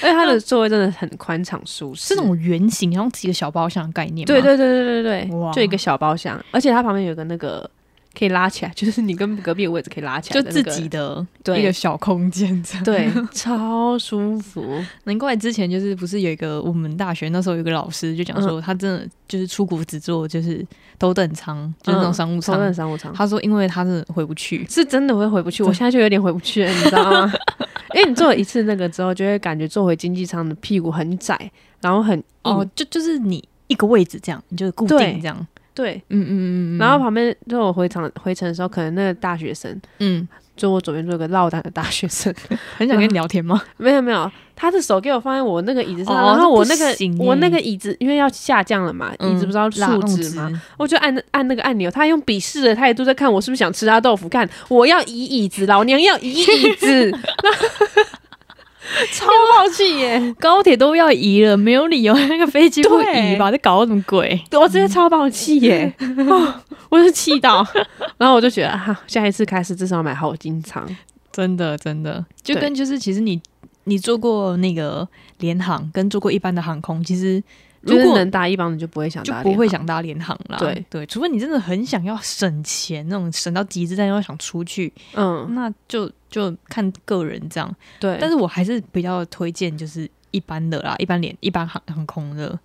[SPEAKER 2] 而且它的座位真的很宽敞舒适，
[SPEAKER 1] 是那种圆形，然后几个小包厢的概念吗？
[SPEAKER 2] 对对对对对
[SPEAKER 1] 哇
[SPEAKER 2] 对，就一个小包厢，而且它旁边有个那个可以拉起来，就是你跟隔壁的位置可以拉起来
[SPEAKER 1] 就
[SPEAKER 2] 的那
[SPEAKER 1] 自
[SPEAKER 2] 个，
[SPEAKER 1] 己的
[SPEAKER 2] 对
[SPEAKER 1] 一个小空间这样。，
[SPEAKER 2] 对，超舒服。
[SPEAKER 1] 难怪之前就是不是有一个我们大学那时候有一个老师就讲说，他真的就是出国只坐就是头等舱，就是那种商务
[SPEAKER 2] 嗯超
[SPEAKER 1] 嗯舱。
[SPEAKER 2] 的商务舱，
[SPEAKER 1] 他说，因为他真的回不去。
[SPEAKER 2] 是真的会回不去，我现在就有点回不去了，你知道吗？ 因为你坐了一次那个之后，就会感觉坐回经济舱的屁股很窄，然后很
[SPEAKER 1] 哦
[SPEAKER 2] 硬，
[SPEAKER 1] 就就是你一个位置这样，你就固定
[SPEAKER 2] 对
[SPEAKER 1] 这样。
[SPEAKER 2] 对。
[SPEAKER 1] 嗯嗯嗯嗯。
[SPEAKER 2] 然后旁边，就我回场回程的时候，可能那个大学生，
[SPEAKER 1] 嗯，
[SPEAKER 2] 就我左边坐一个落单的大学生，
[SPEAKER 1] 很想跟你聊天 吗？
[SPEAKER 2] 没有没有，他的手给我放在我那个椅子上，
[SPEAKER 1] 哦
[SPEAKER 2] 然后我那
[SPEAKER 1] 这
[SPEAKER 2] 个
[SPEAKER 1] 不行欸嗯
[SPEAKER 2] 我那个椅子因为要下降了嘛，椅子不是要
[SPEAKER 1] 拉
[SPEAKER 2] 竖
[SPEAKER 1] 弄
[SPEAKER 2] 直吗？我就按按那个按钮，他用鄙视的态度在看我是不是想吃他豆腐干，我要移椅子，老娘要移椅 子，超暴气 耶！
[SPEAKER 1] 高铁都要移了，没有理由那个飞机不移吧？在搞什么鬼？
[SPEAKER 2] 我直接超暴气耶！
[SPEAKER 1] 嗯
[SPEAKER 2] 哦，我是气到，然后我就觉得哈、下一次开始至少买好金仓，
[SPEAKER 1] 真的真的，就跟就是其实你你坐过那个联航，跟坐过一般的航空，其实如
[SPEAKER 2] 就是
[SPEAKER 1] 果
[SPEAKER 2] 能搭一帮你就不会想
[SPEAKER 1] 就
[SPEAKER 2] 搭，
[SPEAKER 1] 不会。想搭联航啦。
[SPEAKER 2] 对
[SPEAKER 1] 对，除非你真的很想要省钱，那种省到极致，但又想出去，
[SPEAKER 2] 嗯，
[SPEAKER 1] 那就就看个人这样。
[SPEAKER 2] 对。
[SPEAKER 1] 但是我还是比较推荐就是一般的啦，一般联一般航航空的，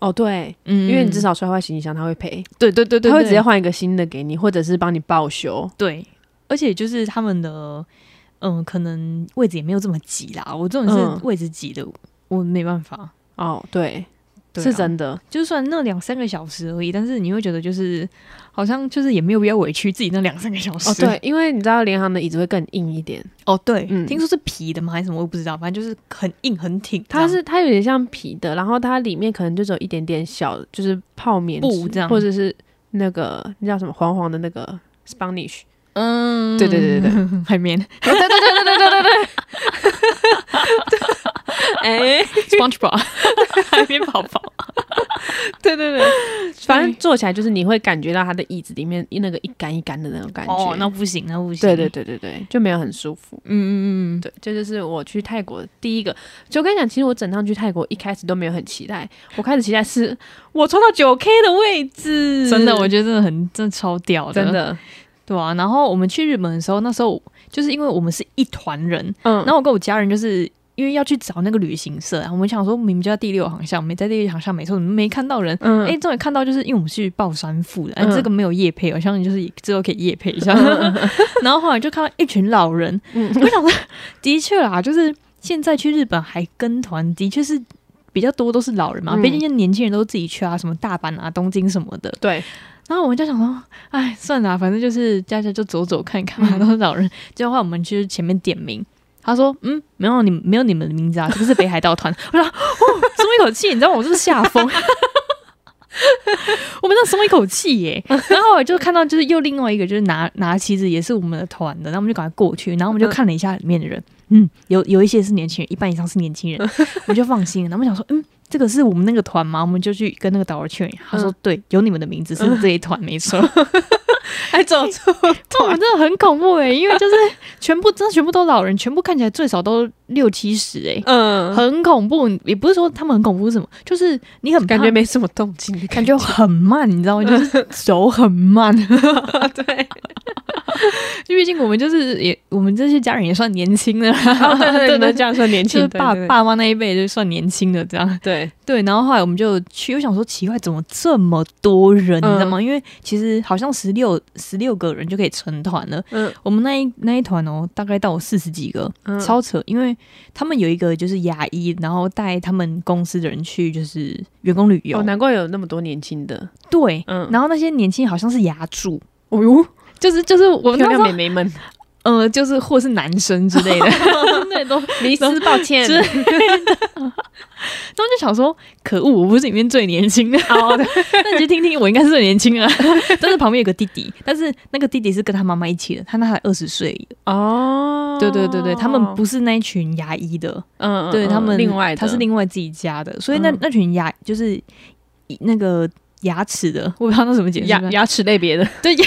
[SPEAKER 2] 哦，对，
[SPEAKER 1] 嗯
[SPEAKER 2] 因为你至少摔坏行李箱，他会赔。
[SPEAKER 1] 对对对对，
[SPEAKER 2] 他会直接
[SPEAKER 1] 对
[SPEAKER 2] 换一个新的给你，或者是帮你报修。
[SPEAKER 1] 嗯对，而且就是他们的，嗯，可能位置也没有这么挤啦。我这种
[SPEAKER 2] 嗯
[SPEAKER 1] 是位置挤的，我没办法。
[SPEAKER 2] 哦，对，
[SPEAKER 1] 对啊
[SPEAKER 2] 是，真的，
[SPEAKER 1] 就算那两三个小时而已，但是你会觉得就是好像就是也没有必要委屈自己那两三个小时。
[SPEAKER 2] 哦，对，因为你知道联航的椅子会更硬一点，
[SPEAKER 1] 哦对，
[SPEAKER 2] 嗯
[SPEAKER 1] 听说是皮的吗？还是什么？我也不知道，反正就是很硬很挺这
[SPEAKER 2] 它
[SPEAKER 1] 样，
[SPEAKER 2] 是它有点像皮的，然后它里面可能就只有一点点小，就是泡棉
[SPEAKER 1] 布
[SPEAKER 2] 纸
[SPEAKER 1] 这样
[SPEAKER 2] 或者是那个那叫什么黄黄的那个 Spanish，
[SPEAKER 1] 嗯，
[SPEAKER 2] 对对对对对，
[SPEAKER 1] 海 绵
[SPEAKER 2] 哎，
[SPEAKER 1] SpongeBob 海绵宝 宝，
[SPEAKER 2] 对对对，反正坐起来就是你会感觉到它的椅子里面那个一杆一杆的那种感觉，
[SPEAKER 1] 哦，那不行，那不行，
[SPEAKER 2] 对对，对对对，就没有很舒服。
[SPEAKER 1] 嗯嗯嗯，
[SPEAKER 2] 对，这就是我去泰国第一个。就我跟你讲，其实我整趟去泰国一开始都没有很期待，我开始期待是我抽到九 K 的位置，
[SPEAKER 1] 真的，我觉得真的很真的超屌的，
[SPEAKER 2] 真的，
[SPEAKER 1] 对啊，然后我们去日本的时候，那时候就是因为我们是一团人，
[SPEAKER 2] 嗯，
[SPEAKER 1] 然后我跟我家人就是因为要去找那个旅行社，啊然后我们想说明明就在第六航向，没在第六航向没错，怎么没看到人？
[SPEAKER 2] 嗯，
[SPEAKER 1] 哎、终于看到，就是因为我们去报山富的，哎、
[SPEAKER 2] 嗯
[SPEAKER 1] 这个没有夜配，我相信就是之后可以夜配一下。 然后后来就看到一群老人，
[SPEAKER 2] 嗯
[SPEAKER 1] 我想说， 的确啦，就是现在去日本还跟团，的确是比较多都是老人嘛，
[SPEAKER 2] 嗯
[SPEAKER 1] 毕竟年轻人都自己去啊，什么大阪啊、东京什么的。
[SPEAKER 2] 对，
[SPEAKER 1] 然后我们就想说，哎，算了啊、反正就是大家就走走看看嘛，
[SPEAKER 2] 嗯
[SPEAKER 1] 都是老人。结果后来我们去前面点名，他说，嗯，没有你，没有你们的名字啊，这个是北海道团。 我说，哦，松一口气，你知道吗我就是吓疯。 我们那松一口气耶，然后我就看到就是又另外一个就是拿拿旗子也是我们的团的，然后我们就赶快过去，然后我们就看了一下里面的人，嗯，有有一些是年轻人，一半以上是年轻人，我们就放心了。然后我们想说，嗯，这个是我们那个团吗？我们就去跟那个导游确认，他说、
[SPEAKER 2] 嗯
[SPEAKER 1] 对，有你们的名字是这一团没错。
[SPEAKER 2] 还走出
[SPEAKER 1] 这我真的很恐怖哎、因为就是全部真的全部都老人，全部看起来最少都六七十哎、
[SPEAKER 2] 嗯，
[SPEAKER 1] 很恐怖。也不是说他们很恐怖是什么，就是你很怕
[SPEAKER 2] 感觉没什么动静的
[SPEAKER 1] 感
[SPEAKER 2] 感 觉，
[SPEAKER 1] 觉很慢，你知 道吗？就是手很慢，
[SPEAKER 2] 对，
[SPEAKER 1] 因为毕竟我们就是也我们这些家人也算年轻的啦，
[SPEAKER 2] 哦 对对，你们这样算年
[SPEAKER 1] 就
[SPEAKER 2] 轻
[SPEAKER 1] 是，爸
[SPEAKER 2] 对，
[SPEAKER 1] 爸妈那一辈就算年轻的这样。
[SPEAKER 2] 对
[SPEAKER 1] 对，然后后来我们就去，我想说奇怪，怎么这么多人，你知道吗？因为其实好像十六十六个人就可以成团了。
[SPEAKER 2] 嗯
[SPEAKER 1] 我们那一那一团哦，大概到四十几个，
[SPEAKER 2] 对，
[SPEAKER 1] 超扯。因为他们有一个就是牙医，然后带他们公司的人去就是员工旅游。
[SPEAKER 2] 哦，难怪有那么多年轻的，
[SPEAKER 1] 对，
[SPEAKER 2] 嗯，
[SPEAKER 1] 然后那些年轻人好像是牙柱，
[SPEAKER 2] 哦呦，
[SPEAKER 1] 就是就是我那
[SPEAKER 2] 漂
[SPEAKER 1] 时
[SPEAKER 2] 亮
[SPEAKER 1] 候
[SPEAKER 2] 美 眉们，
[SPEAKER 1] 呃，就是或是男生之 类的，那都
[SPEAKER 2] 迷失，抱歉
[SPEAKER 1] 之类的。他们就想说，可恶，我不是里面最年轻的。哦， 那你就听听，我应该是最年轻的。 但是旁边有个弟弟，但是那个弟弟是跟他妈妈一起的，他那才二十岁而已。
[SPEAKER 2] 哦，
[SPEAKER 1] 对对对对，他们不是那一群牙医的，
[SPEAKER 2] 嗯，嗯，
[SPEAKER 1] 对
[SPEAKER 2] 嗯
[SPEAKER 1] 他们
[SPEAKER 2] 另外的
[SPEAKER 1] 他是另外自己家的，所以那、
[SPEAKER 2] 嗯
[SPEAKER 1] 那群牙就是那个牙齿的，我不知道那怎么解释。
[SPEAKER 2] 牙牙齿类别的，
[SPEAKER 1] 对牙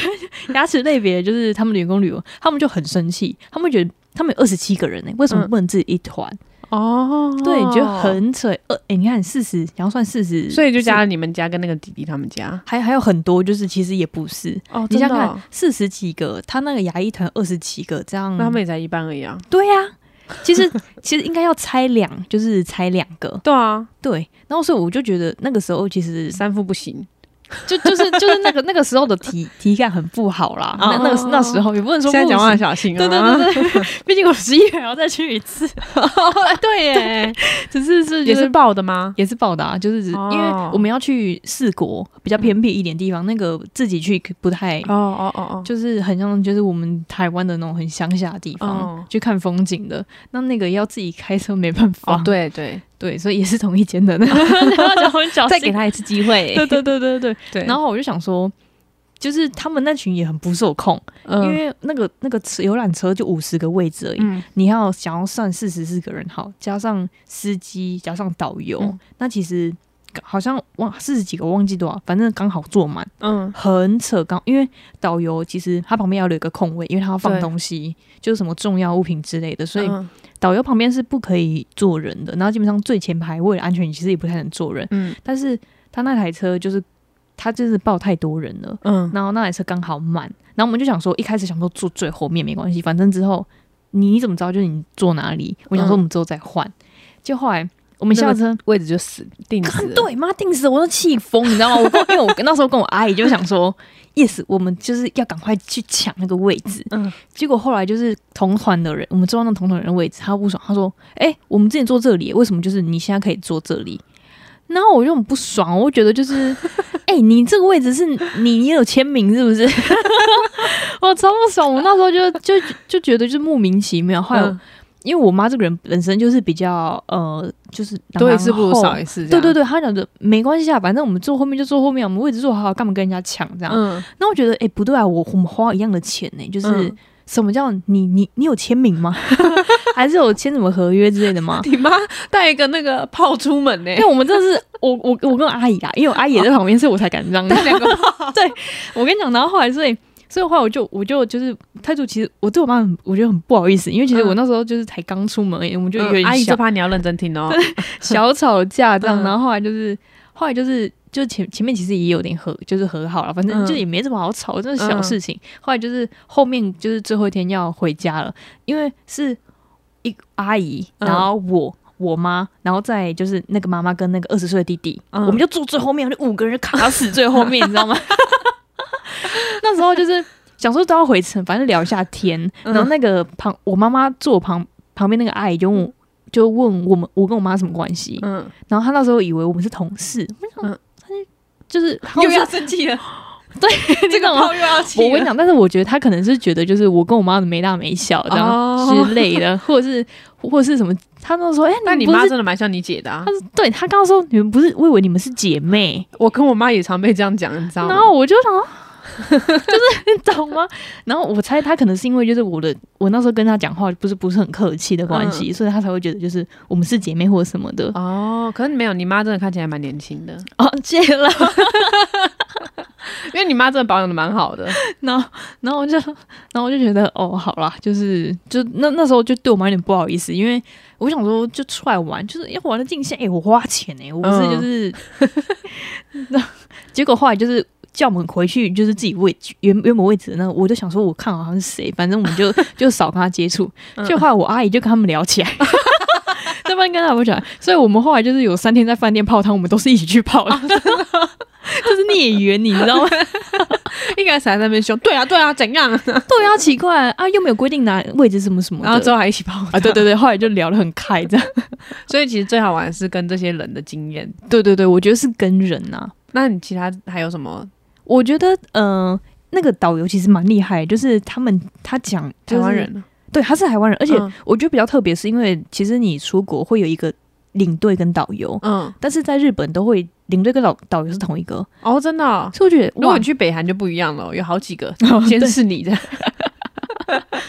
[SPEAKER 1] 牙齿类别就是他们的员工旅游，他们就很生气，他们觉得他们有二十七个人呢、欸为什么
[SPEAKER 2] 嗯
[SPEAKER 1] 不能自己一团？
[SPEAKER 2] 哦
[SPEAKER 1] 对，你觉得，很扯。呃，哎、你看四十，然后算四十，
[SPEAKER 2] 所以就加了你们家跟那个弟弟他们家，
[SPEAKER 1] 还还有很多，就是其实也不是。
[SPEAKER 2] 哦，
[SPEAKER 1] 你
[SPEAKER 2] 真
[SPEAKER 1] 想
[SPEAKER 2] 的
[SPEAKER 1] 想
[SPEAKER 2] 哦
[SPEAKER 1] 看，，四十几个，他那个牙医团二十几个，这样
[SPEAKER 2] 那他们也才一半而已啊，
[SPEAKER 1] 对呀、其实其实应该要拆两，就是拆两个，
[SPEAKER 2] 对啊，
[SPEAKER 1] 对。然后所以我就觉得那个时候其实
[SPEAKER 2] 三副不行，
[SPEAKER 1] 就就是就是那个那个时候的体体感很不好啦。那那
[SPEAKER 2] 哦
[SPEAKER 1] 个那时候也不能说
[SPEAKER 2] 现在
[SPEAKER 1] 不
[SPEAKER 2] 讲话
[SPEAKER 1] 行
[SPEAKER 2] 很小心啊，
[SPEAKER 1] 对对 对对对，毕竟我十一月还要再去一次，
[SPEAKER 2] 对耶，
[SPEAKER 1] 只是是
[SPEAKER 2] 也
[SPEAKER 1] 就是是
[SPEAKER 2] 爆的吗？
[SPEAKER 1] 也是报答，就是只
[SPEAKER 2] 哦
[SPEAKER 1] 因为我们要去四国比较偏僻一点地方，那个自己去不太，
[SPEAKER 2] 哦哦哦
[SPEAKER 1] 嗯就是很像就是我们台湾的那种很乡下的地
[SPEAKER 2] 哦
[SPEAKER 1] 方去看风景的，那那个要自己开车没办
[SPEAKER 2] 哦，
[SPEAKER 1] 法
[SPEAKER 2] 哦，，对 对，
[SPEAKER 1] 对，所以也是同一 间的， 然后就很小心，
[SPEAKER 2] 他一次机会
[SPEAKER 1] 对对对对对，
[SPEAKER 2] 对，
[SPEAKER 1] 然后我就想说。就是他们那群也很不受控，
[SPEAKER 2] 嗯
[SPEAKER 1] 因为那个那个车游览车就五十个位置而已，
[SPEAKER 2] 嗯
[SPEAKER 1] 你要想要算四十四个人好，加上司机，加上导游，
[SPEAKER 2] 嗯
[SPEAKER 1] 那其实好像哇四十几个我忘记多少，反正刚好坐满，
[SPEAKER 2] 嗯
[SPEAKER 1] 很扯刚，因为导游其实他旁边要留一个空位，因为他要放
[SPEAKER 2] 对
[SPEAKER 1] 东西，就是什么重要物品之类的，所以
[SPEAKER 2] 嗯
[SPEAKER 1] 导游旁边是不可以坐人的。然后基本上最前排为了安全，你其实也不太能坐人，
[SPEAKER 2] 嗯
[SPEAKER 1] 但是他那台车就是他就是抱太多人了。
[SPEAKER 2] 嗯
[SPEAKER 1] 然后那台车刚好满，然后我们就想说，一开始想说坐最后面没关系，反正之后你怎么知道就是你坐哪里？我想说
[SPEAKER 2] 嗯
[SPEAKER 1] 我们之后再换，就后来我们
[SPEAKER 2] 那
[SPEAKER 1] 下
[SPEAKER 2] 个
[SPEAKER 1] 车，
[SPEAKER 2] 位置就死定死了，嗯
[SPEAKER 1] 对，妈定死了，我都气疯，你知道吗？我跟因为我跟那时候跟我阿姨就想说，yes，我们就是要赶快去抢那个位置。
[SPEAKER 2] 嗯
[SPEAKER 1] 结果后来就是同团的人，我们坐到那同团人的位置，他不爽，他说：“哎、我们之前坐这里，为什么就是你现在可以坐这里？”然后我就很不爽，我觉得就是，哎、你这个位置是你你也有签名是不 是？我超不爽，我那时候就就就觉得就是莫名其妙。后来我、
[SPEAKER 2] 嗯
[SPEAKER 1] 因为我妈这个人本身就是比较呃，就是
[SPEAKER 2] 多一事不如
[SPEAKER 1] 然后
[SPEAKER 2] 少一事，
[SPEAKER 1] 对对
[SPEAKER 2] 对，
[SPEAKER 1] 对，他讲的没关系啊，反正我们坐后面就坐后面，我们位置坐好好，干嘛跟人家抢这样？
[SPEAKER 2] 嗯，
[SPEAKER 1] 那我觉得，哎、不对啊，我我们花一样的钱呢、就是、
[SPEAKER 2] 嗯
[SPEAKER 1] 什么叫你你你有签名吗？ 还是有签什么合约之类的 吗？
[SPEAKER 2] 你妈带一个那个炮出门 呢
[SPEAKER 1] 因为我们真的是我我我跟我阿姨啦，因为我阿姨也在旁边，所以我才敢这 样。
[SPEAKER 2] 带两个炮，
[SPEAKER 1] 我跟你讲，然后后来所以所以后来我就我就就是态度，其实我对我妈很我觉得很不好意思，因为其实
[SPEAKER 2] 嗯
[SPEAKER 1] 我那时候就是才刚出门而已，我们就有点
[SPEAKER 2] 嗯阿姨
[SPEAKER 1] 小
[SPEAKER 2] 就怕你要认真听哦，
[SPEAKER 1] 小吵架这样，
[SPEAKER 2] 嗯
[SPEAKER 1] 然后后来就是后来就是就前前面其实也有点和就是和好了，反正
[SPEAKER 2] 嗯
[SPEAKER 1] 就也没什么好吵，真的小事情。后来就是后面就是最后一天要回家了，因为是一个阿姨，
[SPEAKER 2] 嗯
[SPEAKER 1] 然后我。我妈，然后再就是那个妈妈跟那个二十岁的弟弟，
[SPEAKER 2] 嗯
[SPEAKER 1] 我们就坐最后面，就五个人就卡死最后面，你知道 吗？那时候就是想说都要回程，反正聊一下天。
[SPEAKER 2] 嗯
[SPEAKER 1] 然后那个旁我妈妈坐我旁旁边那个阿姨就问我，就问我们我跟我妈什么关系。
[SPEAKER 2] 嗯，
[SPEAKER 1] 然后她那时候以为我们是同事，我想
[SPEAKER 2] 嗯
[SPEAKER 1] 她就就是
[SPEAKER 2] 又要生气了，
[SPEAKER 1] 这
[SPEAKER 2] 这个
[SPEAKER 1] 我
[SPEAKER 2] 炮又要气了，
[SPEAKER 1] 我跟你讲，但是我觉得她可能是觉得就是我跟我妈的没大没小这
[SPEAKER 2] 哦
[SPEAKER 1] 样之类的， 或者是或者是什么，她那时候说哎、
[SPEAKER 2] 但
[SPEAKER 1] 你
[SPEAKER 2] 你
[SPEAKER 1] 们不
[SPEAKER 2] 妈
[SPEAKER 1] 是。
[SPEAKER 2] 真的蛮像你姐的啊
[SPEAKER 1] 她，是对她刚刚说你们不是，我以为你们是姐妹，
[SPEAKER 2] 我跟我妈也常被这样讲，你知道吗
[SPEAKER 1] 然？后我就想说， 就是你懂吗？然后我猜她可能是因为就是我的，我那时候跟她讲话不是不是很客气的关系，
[SPEAKER 2] 嗯
[SPEAKER 1] 所以她才会觉得就是我们是姐妹或者什么的。
[SPEAKER 2] 哦哦，可是没有，你妈真的看起来蛮年轻的，
[SPEAKER 1] 哦，戒了。
[SPEAKER 2] 因为你妈真的保养的蛮好 的，
[SPEAKER 1] 然后，然后我就，然后我就觉得，哦，好啦，就是，就那那时候就对我妈有点不好意思，因为我想说，就出来玩，就是要玩的尽兴，哎、我花钱哎、我不是就是， 结果后来就是叫我们回去，就是自己位置原原本位置的那个，我就想说，我看好像是谁，反正我们就就少跟他接触，就后来我阿姨就跟他们聊起来。 对方跟他们讲，所以我们后来就是有三天在饭店泡汤，我们都是一起去泡的， 就是孽缘，你知道吗？
[SPEAKER 2] 一开始还在那边凶，对啊对啊， 怎样？
[SPEAKER 1] 对啊，奇怪啊，又没有规定拿位置什么什么的。
[SPEAKER 2] 然后之后还一起泡
[SPEAKER 1] 啊，对对对，后来就聊得很开，这样。
[SPEAKER 2] 所以其实最好玩的是跟这些人的经验。
[SPEAKER 1] 对对对，我觉得是跟人呐、
[SPEAKER 2] 那你其他还有什么？
[SPEAKER 1] 我觉得嗯、呃那个导游其实蛮厉害，就是他们他讲、就
[SPEAKER 2] 台
[SPEAKER 1] 是嗯
[SPEAKER 2] 湾，人呢，
[SPEAKER 1] 对，他是台湾人，而
[SPEAKER 2] 而
[SPEAKER 1] 且我觉得比较特别，是因为其实你出国会有一个领队跟导游，
[SPEAKER 2] 嗯，
[SPEAKER 1] 但是在日本都会领队跟导导游是同一个，
[SPEAKER 2] 哦，真的哦。
[SPEAKER 1] 所以我觉
[SPEAKER 2] 如
[SPEAKER 1] 得
[SPEAKER 2] 果
[SPEAKER 1] 哇
[SPEAKER 2] 你，去北韩就不一样了，有好几 个
[SPEAKER 1] 哦
[SPEAKER 2] 监视你的。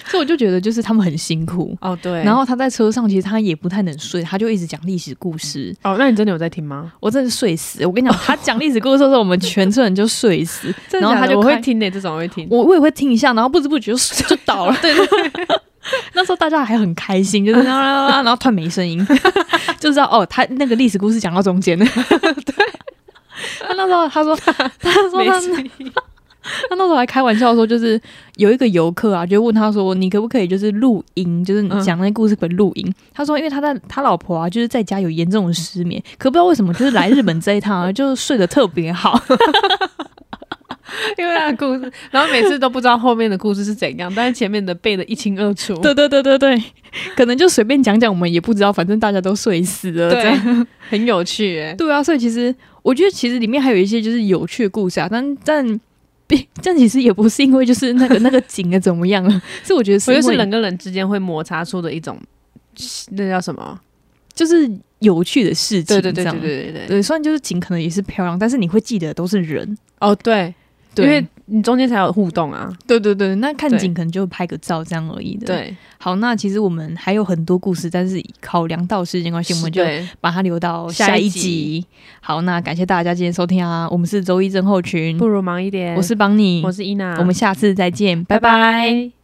[SPEAKER 1] 所以我就觉得就是他们很辛苦。
[SPEAKER 2] 哦，对
[SPEAKER 1] 然
[SPEAKER 2] 然后
[SPEAKER 1] 后他在车上其实他也不太能睡，他就一直讲历史故事，
[SPEAKER 2] 哦，那你真的有在听吗？
[SPEAKER 1] 我真的睡死！我跟你 讲，他讲历史故事的时候，我们全村人就睡死。然后他就
[SPEAKER 2] 我会
[SPEAKER 1] 开
[SPEAKER 2] 听的，这种我会听。
[SPEAKER 1] 我我也会听一下，然后不知不觉就就倒 了。对对对，那时候大家还很开心，就是啦啦啦啦，然后突然没声音， 就知道哦，他那个历史故事讲到中 间了。对，他那时候他说他说
[SPEAKER 2] 没
[SPEAKER 1] 他
[SPEAKER 2] 声音
[SPEAKER 1] 他那时候还开玩笑说，就是有一个游客啊，就问他说，你可不可以就是录音，就是你讲那些故事本录音？他说，因为他在他老婆啊，就是在家有严重的失眠，可不知道为什么，就是来日本这一趟啊，就是睡得特别好。
[SPEAKER 2] 因为他的啊故事，然后每次都不知道后面的故事是怎样，但是前面的背的一清二楚。
[SPEAKER 1] 对对对对对，可能就随便讲讲，我们也不知道，反正大家都睡死了。这样
[SPEAKER 2] 对，很有趣哎。
[SPEAKER 1] 对啊，所以其实我觉得其实里面还有一些就是有趣的故事啊，但但。 并但其实也不是因为就是那个那个景啊怎么样了，是我觉得是
[SPEAKER 2] 我觉
[SPEAKER 1] 因
[SPEAKER 2] 得
[SPEAKER 1] 为
[SPEAKER 2] 是人跟人之间会摩擦出的一种，那叫什么？
[SPEAKER 1] 就是有趣的事情，
[SPEAKER 2] 对对对
[SPEAKER 1] 这
[SPEAKER 2] 对
[SPEAKER 1] 样
[SPEAKER 2] 对对对。
[SPEAKER 1] 对，虽然就是景可能也是漂亮，但是你会记得都是人。
[SPEAKER 2] 哦，对，因
[SPEAKER 1] 因
[SPEAKER 2] 为
[SPEAKER 1] 为
[SPEAKER 2] 你中间才有互动啊。
[SPEAKER 1] 对对对，那看
[SPEAKER 2] 对
[SPEAKER 1] 景可能就拍个照这样而已的。，
[SPEAKER 2] 对，
[SPEAKER 1] 好，那其实我们还有很多故事，但是考量到时间关系，我们就
[SPEAKER 2] 对
[SPEAKER 1] 把它留到
[SPEAKER 2] 下
[SPEAKER 1] 下
[SPEAKER 2] 一
[SPEAKER 1] 一
[SPEAKER 2] 集
[SPEAKER 1] 集。好，那感谢大家今天收听啊，我们是周一症候群
[SPEAKER 2] 不，如忙一点。
[SPEAKER 1] 我是邦尼啊
[SPEAKER 2] 我，是伊娜，
[SPEAKER 1] 我们下次再见，拜拜。
[SPEAKER 2] 拜拜